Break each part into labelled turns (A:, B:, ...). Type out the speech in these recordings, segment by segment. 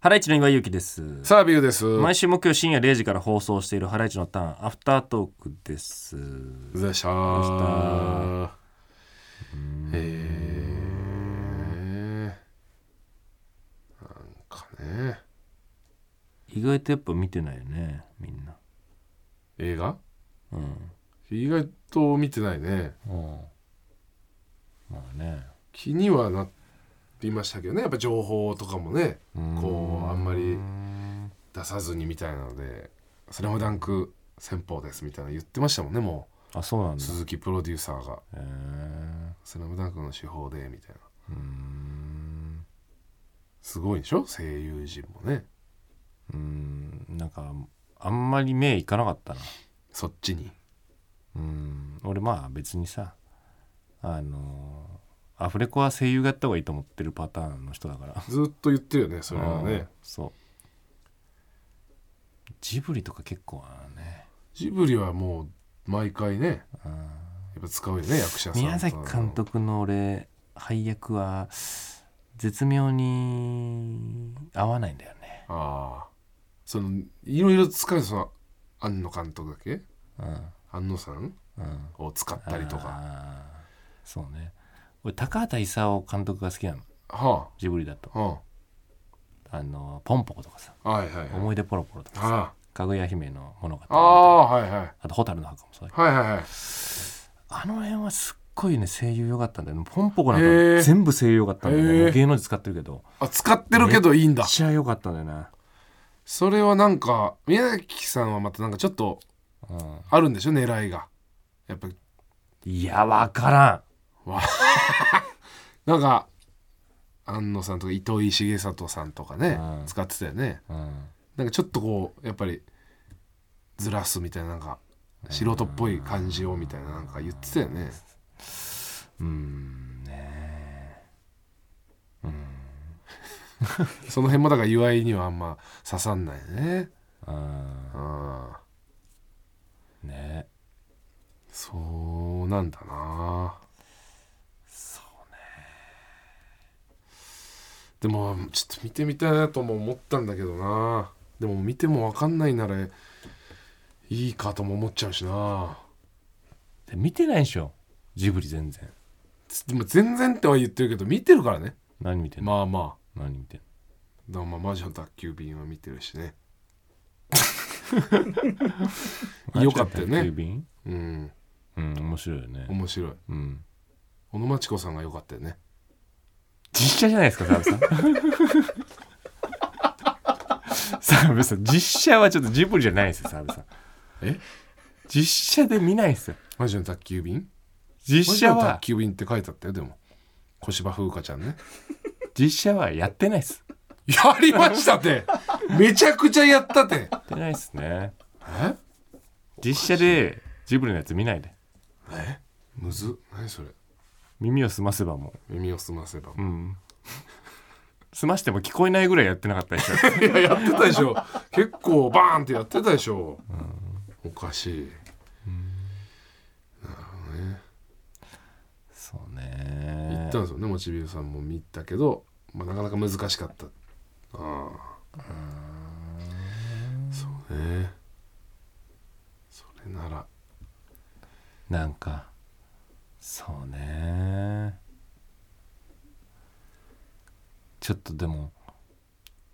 A: ハライチの岩井ゆきです
B: さあビューです
A: 毎週木曜深夜0時から放送しているハライチのターンアフタートークです
B: でした
A: あ
B: えー、なんかね
A: 意外とやっぱ見てないよねみんな
B: 映画
A: うん
B: 意外と見てないね
A: うんまあね
B: 気にはなっていましたけどねやっぱ情報とかもねこうあんまり出さずにみたいなので「スラムダンク戦法です」みたいなの言ってましたもんねも
A: あそうなん
B: う
A: だ
B: 鈴木プロデューサーが
A: へえ
B: 「スラムダンクの手法で」みたいな
A: うーん
B: すごいでしょ声優陣もね
A: うーんなんかあんまり目いかなかったな
B: そっちに
A: うん俺まあ別にさあのアフレコは声優がやった方がいいと思ってるパターンの人だから
B: ずっと言ってるよねそれは
A: う
B: ね
A: んそうジブリとか結構あのね、
B: ジブリはもう毎回ね
A: うん
B: やっぱ使うよね役者さんと
A: 宮崎監督の俺配役は絶妙に合わないんだよね、
B: ああそのいろいろ使うその庵野監督だっけ
A: う
B: 庵野さん
A: んうん、
B: を使ったりとか
A: あーそうね俺高畑勲監督が好きなの
B: は
A: ジブリだと
B: あは
A: あのポンポコとかさ
B: あはいは
A: 「
B: いはい
A: 思い出ポロポロ」とかさ
B: あ
A: 「かぐや姫の物語」
B: あああはいはい
A: あと「蛍の墓」もそうだけど
B: はいはい
A: あ
B: はい
A: の辺はすっごいね声優良かったんだよねポンポコなんか
B: へー
A: 全部声優良かったんだよね
B: へー
A: もう芸能人使ってるけど
B: あ使ってるけどいいんだ
A: 試合良かったんだよね
B: それはなんか宮崎さんはまたなんかちょっと
A: うん
B: あるんでしょ狙いがやっぱ
A: いやわからん
B: なんか庵野さんとか糸井重里さんとかね
A: うん
B: 使ってたよね
A: うん
B: なんかちょっとこうやっぱりずらすみたいななんか素人っぽい感じをみたいななんか言ってたよね
A: うーんね
B: その辺もだから岩井にはあんま刺さんないね
A: うん
B: うん
A: ね
B: そうなんだな
A: そうね
B: でもちょっと見てみたいなとも思ったんだけどなでも見ても分かんないならいいかとも思っちゃうしな
A: で見てないでしょジブリ全然
B: つでも全然っては言ってるけど見てるからね
A: 何見てんの、
B: まあまあ
A: 何見てんの
B: でもまあ魔女の宅急便は見てるし ねよかった
A: 宅急
B: よね
A: 便
B: うん
A: うん面白いよね
B: 面白い
A: うん
B: 小野真知子さんがよかったよね
A: 実写じゃないですか澤部さ ん澤部さん実写はちょっとジブリじゃないですよ澤部さん
B: え
A: 実写で見ないですよ
B: 魔女の宅急便魔
A: 実
B: 女
A: 写
B: の宅
A: は
B: 急便って書いてあったよでも小芝風花ちゃんね
A: 実写はやってないですや
B: やりましたってめちゃくちゃやったって
A: ってないですね
B: え
A: 実写でジブリのやつ見ないで
B: えむずっ何それ
A: 耳を澄ませばも
B: 耳を澄ませば
A: う うん澄ましても聞こえないぐらいやってなか ったでしょ
B: いややってたでしょ結構バーンってやってたでしょ、おかしい
A: そう
B: 言
A: ね
B: ったんですよねモチビルさんも見たけど、まあ、なかなか難しかったああそうねそれなら
A: なんかそうねちょっとでも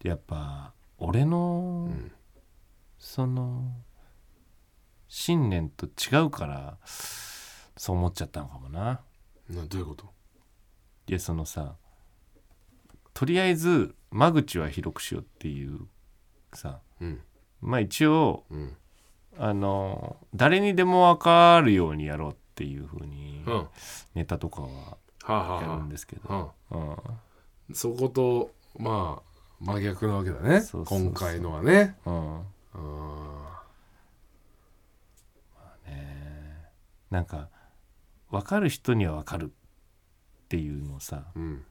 A: やっぱ俺の、
B: ん
A: その信念と違うからそう思っちゃったのかもな
B: などういうこと
A: いやそのさとりあえず間口は広くしようっていうさ
B: うん
A: まあ一応
B: うん
A: あの誰にでも分かるようにやろうっていう風に
B: うんは
A: ネタとかは
B: あ、は
A: やるんですけど、
B: あは
A: うん、
B: あ、そことまあ真逆なわけだね
A: そうそうそう
B: 今回のはね
A: うん
B: あ
A: ねなんか分かる人には分かるっていうのをさ
B: あうん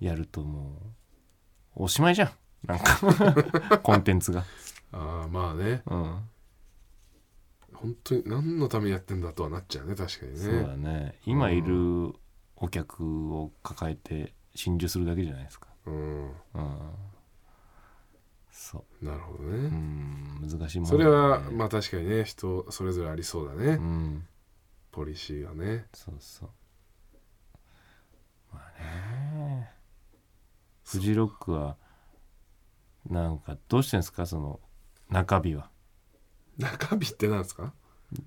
A: やるともうおしまいじゃんなんか コンテンツが、
B: ああまあね
A: うん、
B: 本当に何のためにやってんだとはなっちゃうね確かに
A: そう
B: ね
A: だね今いるお客を抱えて心中するだけじゃないですか、
B: うん
A: うん、そ
B: なるほど
A: うう
B: ね、
A: ん難しいもん
B: それは
A: だね
B: まあ確かにね人それぞれありそうだね、
A: うん
B: ポリシーはね
A: そうそうまあねフジロックはなんかどうしてんですかその中日は
B: 中日ってなんですか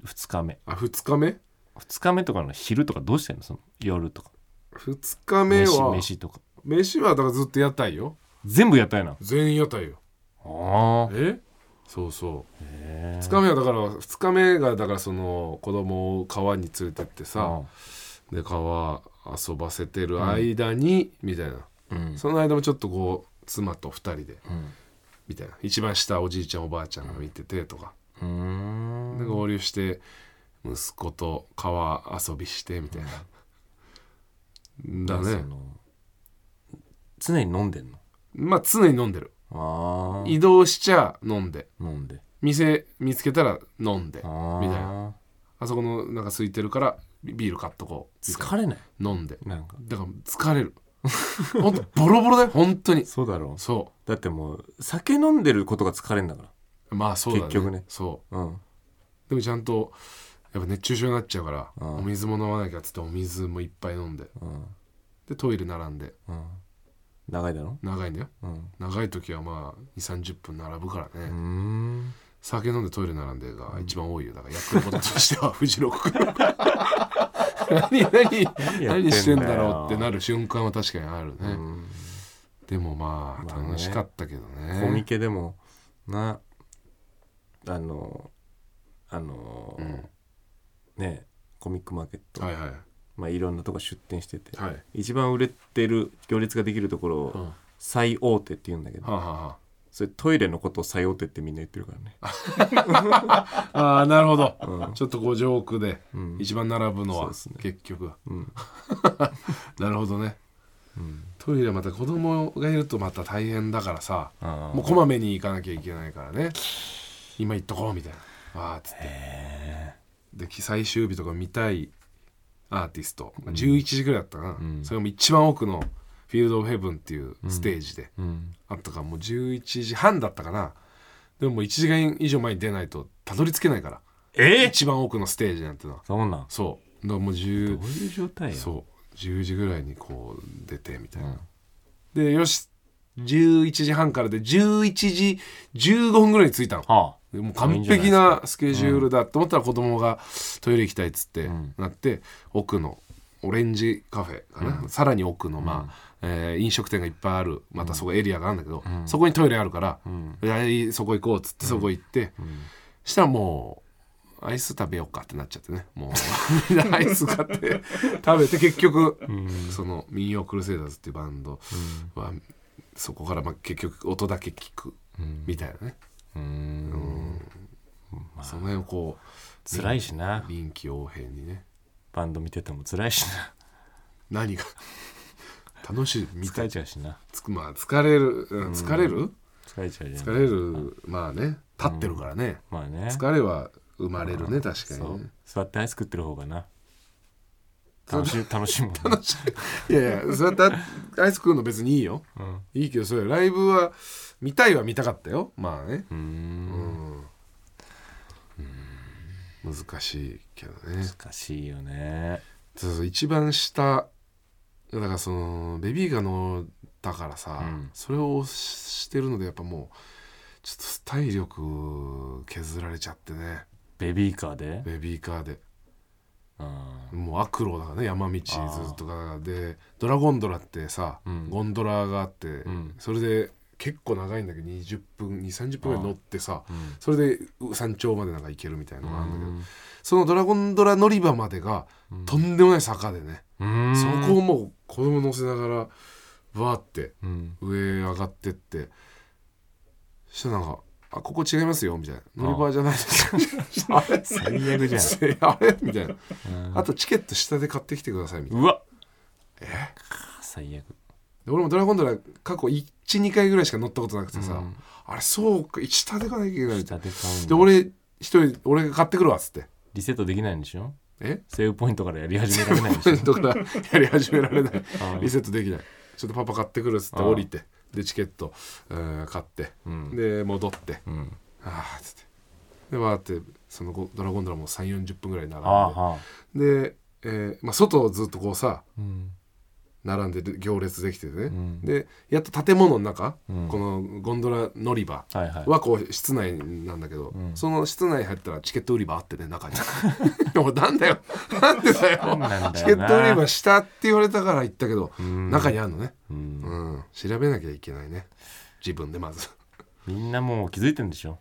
A: 2日目
B: あ2日目
A: 2日目とかの昼とかどうしてんのその夜とか
B: 2日目
A: 飯
B: は
A: 飯とか
B: 飯はだからずっと屋台よ
A: 全部屋台なの
B: 全員屋台よ
A: ああ
B: えそうそう
A: へ
B: 2日目はだから2日目がだからその子供を川に連れてってさで川遊ばせてる間に、みたいな
A: うん
B: その間もちょっとこう妻と2人で
A: うん
B: みたいな一番下おじいちゃんおばあちゃんが見ててとか、
A: うーん
B: で合流して息子と川遊びしてみたいな、だ
A: そ
B: ね
A: の常に飲んでんの
B: まあ常に飲んでる
A: あ
B: 移動しちゃ飲んで
A: あ飲んで
B: 店見つけたら飲んで
A: あ
B: みたいな
A: あ
B: あそこのなんか空いてるからビビール買っとこうみたい
A: 疲れない
B: な飲んで
A: なんか
B: だから疲れるほんとボロボロだよ本当に
A: そうだろ
B: そ
A: だってもう酒飲んでることが疲れんだか
B: うまあそうだね
A: 結局ね
B: そう
A: らうん
B: でもちゃんとやっぱ熱中症になっちゃうから、
A: うん
B: お水も飲まなきゃっつってお水もいっぱい飲んで
A: うん
B: でトイレ並んで
A: うん長いだろ
B: 長いんだよ
A: うん
B: 長い時はまあ2 3 0分並ぶからね、
A: うーん
B: 酒飲んでトイレ並んでが一番多いよだからやってることとして はフジロック何何
A: やってんだよ
B: 何してんだろうってなる瞬間は確かにあるね、
A: うん
B: でもま
A: ま
B: あ
A: あね
B: 楽しかったけどね,、
A: コミケでもなあのあの
B: うん
A: ねコミックマーケット
B: はいはい
A: まあいろんなとこ出店してて
B: はい、
A: 一番売れてる行列ができるところ
B: うん、
A: を
B: は
A: 最大手って言うんだけ
B: あ、
A: ど
B: はあは
A: それトイレのことを最大手ってみんな言ってるからね
B: あ、ああなるほど、
A: うん
B: ちょっとこうジョークで
A: うん
B: 一番並ぶの
A: そう
B: は
A: ですね
B: 結局
A: うん
B: なるほどね
A: うん
B: トイレまた子供がいるとまた大変だからさ
A: あー
B: もうこまめに行かなきゃいけないからね今行っとこうみたいなあーっつってで最終日とか見たいアーティスト11時ぐらいだったかな、
A: ん
B: それも一番奥のフィールド・オブ・ヘブンっていうステージで、
A: うん
B: あったからもう11時半だったかなでももう1時間以上前に出ないとたどり着けないから
A: え
B: 一番奥のステージなんてのは
A: そうなん
B: そうだからもう10
A: どういう状態や
B: そう10時ぐらいにこう出てみたいな、でよし11時半からで11時15分ぐらいに着いたの
A: は
B: でもう完璧なスケジュールだと思ったら子供がトイレ行きたいっつって
A: ん
B: なって、奥のオレンジカフェかな、さらに奥の、まあえー飲食店がいっぱいあるまたそこエリアがあるんだけど、そこにトイレあるから、いやいいそこ行こうっつってそこ行って、したらもう。アイス食べようかってなっちゃってねもう みんなアイス買って食べて結局、その「民謡クルセイダーズ」っていうバンドは、そこからまあ結局音だけ聞くみたいなね、
A: あうん
B: その辺をこう
A: 辛いしな
B: 臨機応変にね
A: バンド見てても辛いし な
B: 何 が楽しい見
A: 疲
B: た
A: れ
B: い
A: ちゃうしな
B: つくまあ疲れるうん疲れる
A: 疲れちゃうじゃ
B: 疲
A: ん
B: れるまあね立ってるからね
A: まあね
B: 疲れは生まれるね確か
A: そ
B: にね
A: う座ってアイス食ってる方がな楽しい 楽しいもんね
B: いやいやそうやってアイス食うの別にいいよ
A: うんう
B: いいけどそれライブは見たいは見たかったよまあね
A: ーん
B: うん難しいけどね
A: 難しいよね
B: そうそう一番下だからそのベビーが乗ったからさ、
A: うん
B: それをしてるのでやっぱもうちょっと体力削られちゃってね
A: ベビーカーで
B: ベビーカーで
A: うん
B: もう悪路だからね山道ずっとかでドラゴンドラってさ、
A: うん
B: ゴンドラがあって、
A: ん
B: それで結構長いんだけど20分230分ぐらい乗ってさ
A: うん
B: それで山頂までなんか行けるみたいなのがあるんだけど、
A: うん
B: そのドラゴンドラ乗り場までがとんでもない坂でね、
A: うーん
B: そこをもう子供乗せながらバーって
A: うん
B: 上上がってってそしたらなんか「あここ違いますよ」みたいな「乗り場じゃないです」 あれ
A: 最悪じゃ ん
B: あれみたいな
A: うん
B: あとチケット下で買ってきてくださいみたいな
A: うわえ最悪
B: で俺も「ドラゴンドラ」過去12回ぐらいしか乗ったことなくてさ、
A: うん
B: あれそうか下で買わなきゃいけないみたい
A: 下で買うん
B: な
A: だ
B: で俺一人俺が買ってくるわっつって
A: リセットできないんでしょ
B: え
A: セーブポイントからやり始め られないんでしょ
B: だからやり始められない
A: あー
B: リセットできないちょっとパパ買ってくるっつって降りてでチケット、えー買って、
A: うん
B: で戻って、
A: うん
B: ああっつってでわーってその後ドラゴンドラも3 4 0分ぐらい並ん
A: あ
B: で
A: あはあ
B: で、えーまあ、外をずっとこうさ
A: うん
B: 並んでる行列できててね、
A: ん
B: でやっと建物の中、
A: うん
B: このゴンドラ乗り場
A: はいはい
B: はこう室内なんだけど、
A: ん
B: その室内入ったらチケット売り場あってね中に でもなんだよなんでだよ
A: そうなんだよな
B: チケット売り場下って言われたから行ったけど、
A: ん
B: 中にあるのね、
A: う
B: うんん調べなきゃいけないね自分でまず
A: みんなもう気づいてんでしょ、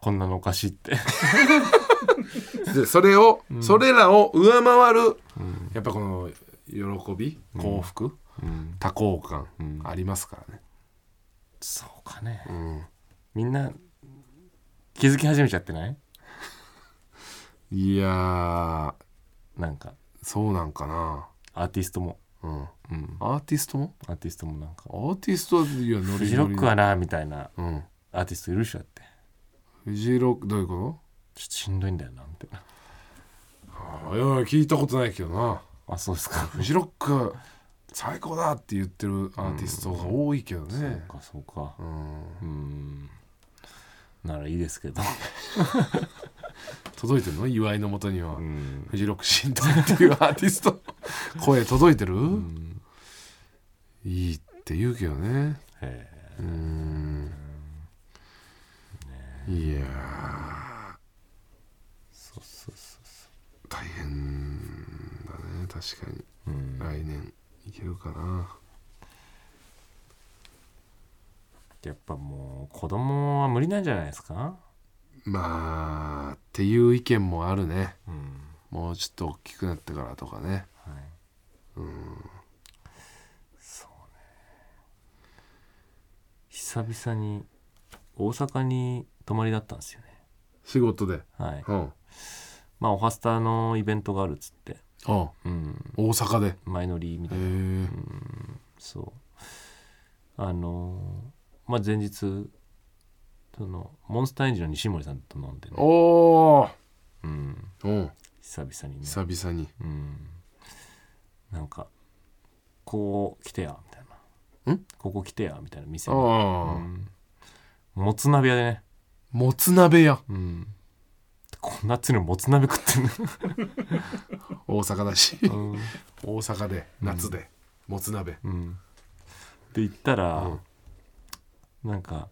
A: こんなのおかしいって
B: でそれを、それらを上回る、やっぱこの喜び幸福、
A: うん
B: 多幸感
A: ん
B: ありますからね、
A: そうかね
B: うん
A: みんな気づき始めちゃってない
B: いやー
A: なんか
B: そうなんかな、
A: アーティストも、
B: う
A: う
B: ん、
A: ん、
B: アーティストも
A: アーティストもなんか
B: アーティストいやノリノリ
A: フジロックはなみたいな
B: うん
A: アーティストいるでしょだって
B: フジロックどういうこ
A: ちょっとしんどいんだよなみたいな
B: とあいや聞いたことないけどな
A: あそうですか
B: フジロック最高だって言ってるアーティストが多いけどね
A: そうかそうか
B: うん
A: うんならいいですけど
B: 届いてるの祝いのもとには、
A: うん
B: フジロックしんどいっていうアーティス ト声届いてる、
A: うん
B: いいって言うけどね
A: え
B: うーんいやー
A: そうそうそうそ
B: 大変だね確かに
A: ううん
B: 来年いけるかな
A: やっぱもう子供は無理なんじゃないですか
B: まあっていう意見もあるね
A: うん
B: もうちょっと大きくなってからとかね
A: はいそうね久々に大阪に泊まりだったんですよね
B: 仕事で
A: はい
B: うん
A: まあオハスタのイベントがあるっつって
B: あ
A: うん
B: 大阪でへ
A: 前乗りみたいな
B: え
A: そうあのーまあ前日そのモンスターエンジンの西森さんと飲んでね、
B: おー
A: うん、
B: うん
A: 久々にね、
B: 久々に
A: うん、なんか「こう来てや」みたいな「
B: ん
A: ここ来てや」みたいな店に、う
B: ああ
A: んもつ鍋屋でね、
B: もつ鍋屋
A: うん、こんな暑いのにもつ鍋食ってん
B: 大阪だし
A: の、
B: 大阪で夏でもつ鍋
A: うん、で行ったら、
B: うん
A: なんか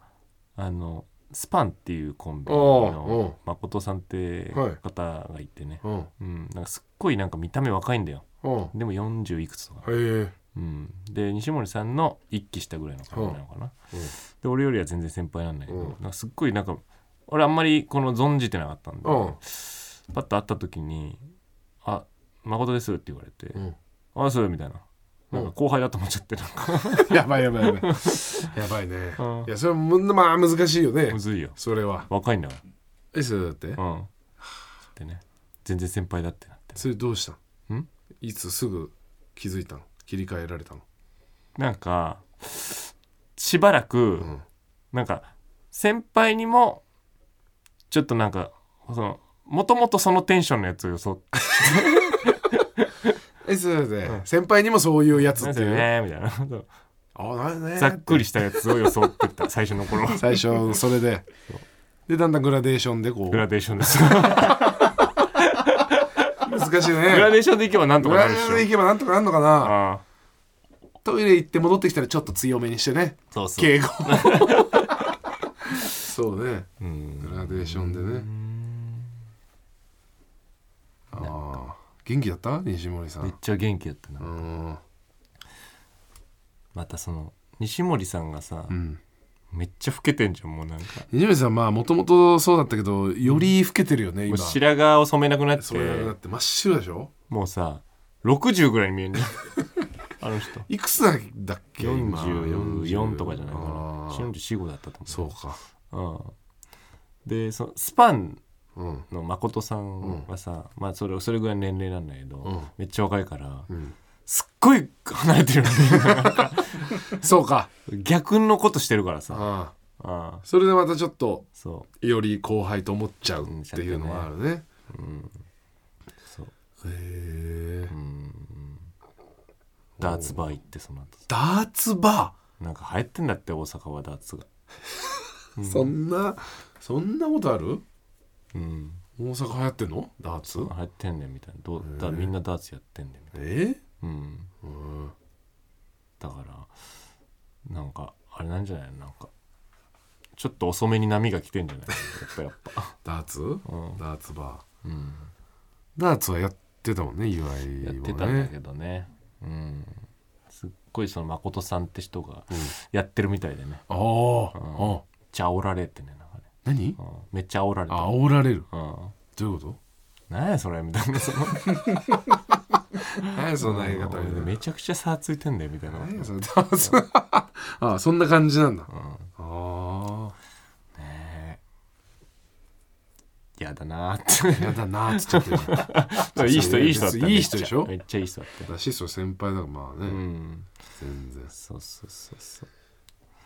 A: あのスパンっていうコンビ
B: おうおう
A: の誠さんって方がいてね、
B: うん
A: うん、なんかすっごいなんか見た目若いんだよ
B: うんへ
A: でも40いくつとか、
B: え
A: うん、で西森さんの1期下ぐらいの感じなのかな、
B: うん
A: で俺よりは全然先輩なんだけど、
B: うん
A: なんかすっごいなんか俺あんまりこの存じてなかったんで、
B: うん
A: パッと会った時に「あ誠です」って言われて
B: うん
A: 「あそう」みたいななんか後輩だと思っちゃってなんか
B: やばいやばいやばい やばいね
A: うん
B: いやそれもまあ難しいよね
A: むずいよ
B: それは
A: 若いんだから
B: えそれだって
A: うん。でね、全然先輩だってなって。
B: それどうしたの
A: ん
B: いつすぐ気づいたの切り替えられたの
A: なんか、しばらく、
B: ん
A: なんか、先輩にも、ちょっとなんか、その、もともとそのテンションのやつを装って
B: えそれだって先輩にもそういうやつ
A: な
B: っ
A: ん
B: て
A: すよ
B: いう
A: ね、みたいなそう。
B: あなんだね
A: ざっくりしたやつを装ってった、最初の頃は。
B: 最初 それででだんだんグラデーションでこ
A: グラ
B: う
A: デーションです。グ
B: 難しいね
A: ラデーションでいけばなんと
B: グ
A: か
B: ラ
A: な
B: デ
A: る
B: ー
A: でし
B: ションでい
A: ょ。
B: けばなんとかなるのかな
A: ああ
B: トイレ行って戻ってきたらちょっと強めにしてね
A: そうそう。
B: 敬語そうね
A: うん
B: グラデーションでねああ元気だった西森さ
A: めっ
B: ん
A: ちゃ元気やったな
B: う。ん
A: またその、西森さんがさ
B: う、ん
A: めっちゃ老けてんじゃん、もうなんか。
B: 西森さんまあもともとそうだったけどより老けてるよね
A: もう
B: 今
A: 白髪を染めなくなって
B: そうだって真っ白でしょ
A: もうさ60ぐらいに見えるね あの人
B: いくつだっけ今
A: 44とかじゃないかな
B: あー
A: 44だったと思う
B: そうか
A: うん、でそのスパン
B: うん
A: の誠さんはさ、まあそれそれぐらいの年齢なんだけど、
B: ん
A: めっちゃ若いから、
B: ん
A: すっごい離れて るよね
B: そうか
A: 逆のことしてるからさ
B: あー
A: ああ
B: それでまたちょっと
A: そ
B: より後輩と思っちゃうっていうのはあるね
A: うそう
B: へえ
A: ダーツバー行ってその後
B: ダーツバー
A: なんか流行ってんだって大阪はダーツが
B: そんなそんなことある
A: うん
B: 大阪流行ってんのダーツ
A: 流行ってんねんみたいなどうだみんなダーツやってんねんみたい
B: え
A: なうん
B: うん
A: だからなんかあれなんじゃないなんかちょっと遅めに波が来てんじゃないやっぱ やっ
B: ダーツ、
A: ん
B: ダーツバー
A: ぱ、うん、
B: ダーツはやってたもんね岩井はね
A: やってたんだけどねうんすっごいその誠さんって人がやってるみたいでね、
B: あーあ
A: めっちゃ煽られてねなんかね、
B: 何
A: うん、めっちゃ煽られて
B: あ煽られる
A: うん
B: どういうこ
A: 何やそれみたい なその
B: と何そんな言い方
A: めちゃくちゃ差ついてんだよみたいな、
B: 何それダーツあそんな感じなんだあ
A: ねえやだなーっ
B: あやだなーっつっちゃってるじゃんだか
A: て いい人いい人だった
B: いい人でしょ
A: めっちゃいい人だったよ
B: ら質素先輩だからまあね、
A: うん
B: 全然
A: そうそうそうそう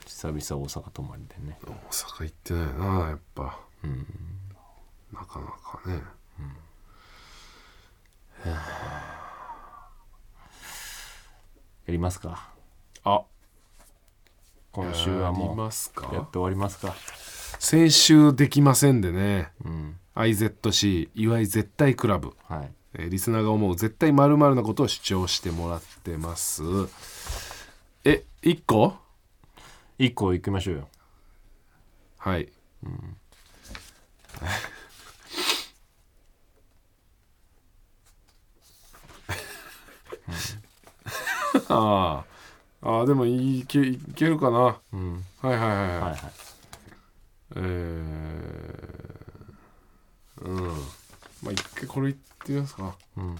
A: 久々大阪泊まりでね
B: 大阪行ってないなやっぱ
A: うん
B: なかなかね
A: やりますか
B: あ
A: 今週は
B: やり
A: も
B: ます
A: うやって
B: か
A: 終わりますか
B: 先週できませんでね
A: うん
B: IZC 岩井絶対クラブ
A: はい
B: えーリスナーが思う絶対〇〇なことを主張してもらってますえ一1個
A: 一個行きましょうよ
B: はい、 あーあーでもいけいけるかなは
A: うん
B: いはいはいはい、
A: はいはい
B: えー、うんまあ一回これ言ってみますか
A: うん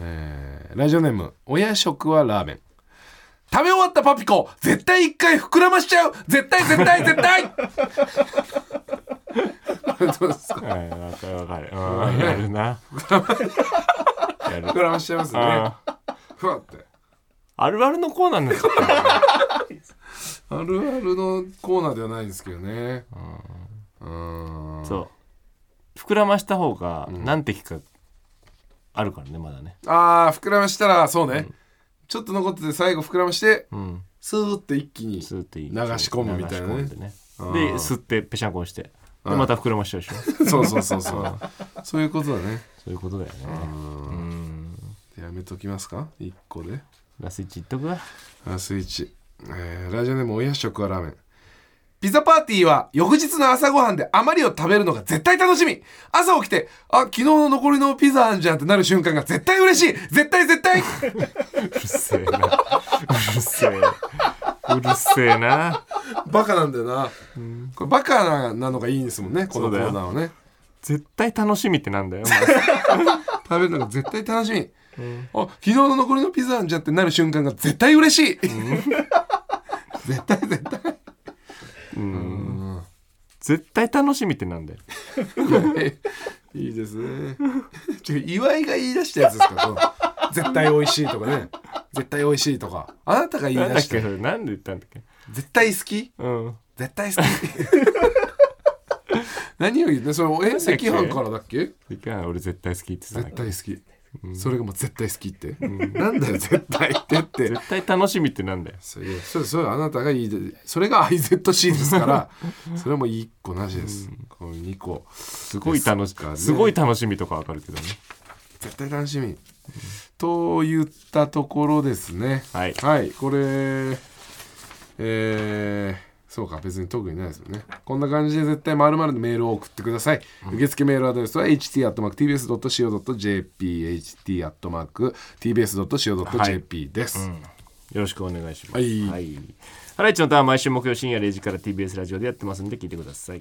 B: えーラジオネーム親食はラーメン食べ終わったパピコ絶対一回膨らましちゃう絶対絶対絶対これ どうですか
A: はいわかるわかるうんやるなやる
B: 膨らましちゃいますね
A: あ
B: ふわって
A: あるあるのコーナーなん ですか
B: あるあるのコーナーではないんですけどねうん
A: そう膨らました方が何滴かあるからねまだね
B: あー膨らましたらそうね、ちょっと残ってて最後膨らまして
A: うん
B: スーって一 気に
A: 吸っていい
B: 流し込むみたいなね
A: 流し込んでねで吸ってペシャンコンしてで
B: ん
A: また膨らましちゃうでしょ
B: そうそうそうそう そういうことだね
A: そういうことだよねうん
B: やめときますか一個で
A: ラスイッチいっとくわ
B: あスイッチ、えーラジオネームおや食はラーメンピザパーティーは翌日の朝ごはんで余りを食べるのが絶対楽しみ朝起きてあ昨日の残りのピザあんじゃんってなる瞬間が絶対嬉しい絶対絶対
A: うるせえなうるせえうるせえな
B: バカなんだよな、これバカななのがいいんですもんねこのコーナーはね
A: 絶対楽しみってなんだよ
B: 食べるのが絶対楽しみ、あ昨日の残りのピザあんじゃんってなる瞬間が絶対嬉しい、絶対絶対
A: 絶対楽しみってなんだよ
B: いいですね。ちょ岩井が言い出したやつですから。絶対美味しいとかね。絶対美味しいとか。あなたが言
A: なん
B: い
A: だ
B: 出
A: っ
B: した
A: け。それなんで言ったんだっけ
B: 絶対好き
A: うん
B: 絶 対好き。何を言ってそれ遠赤飯からだっけ
A: いや俺絶対好きって言ってた
B: 絶
A: んだ
B: 対好き。それがもう絶対好きって。なんだよ絶対ってって
A: け。ど絶対楽しみってなんだよ
B: そういうそうそうあなたがいいでそれが IZC です からそれはもう1個なしです、この2個
A: すごい楽
B: です
A: し
B: かね
A: すごい楽しみとかわかるけどね
B: 絶対楽しみ、と言ったところですね
A: はい
B: これえーそうか別に特にないですよねこんな感じで絶対〇〇のメールを送ってください、受付メールアドレスは ht.tbs.co.jp ht.tbs.co.jp です、
A: よろしくお願いします。
B: はい
A: はい。ハライチのターンは毎週木曜深夜0時から TBS ラジオでやってますんで聞いてください。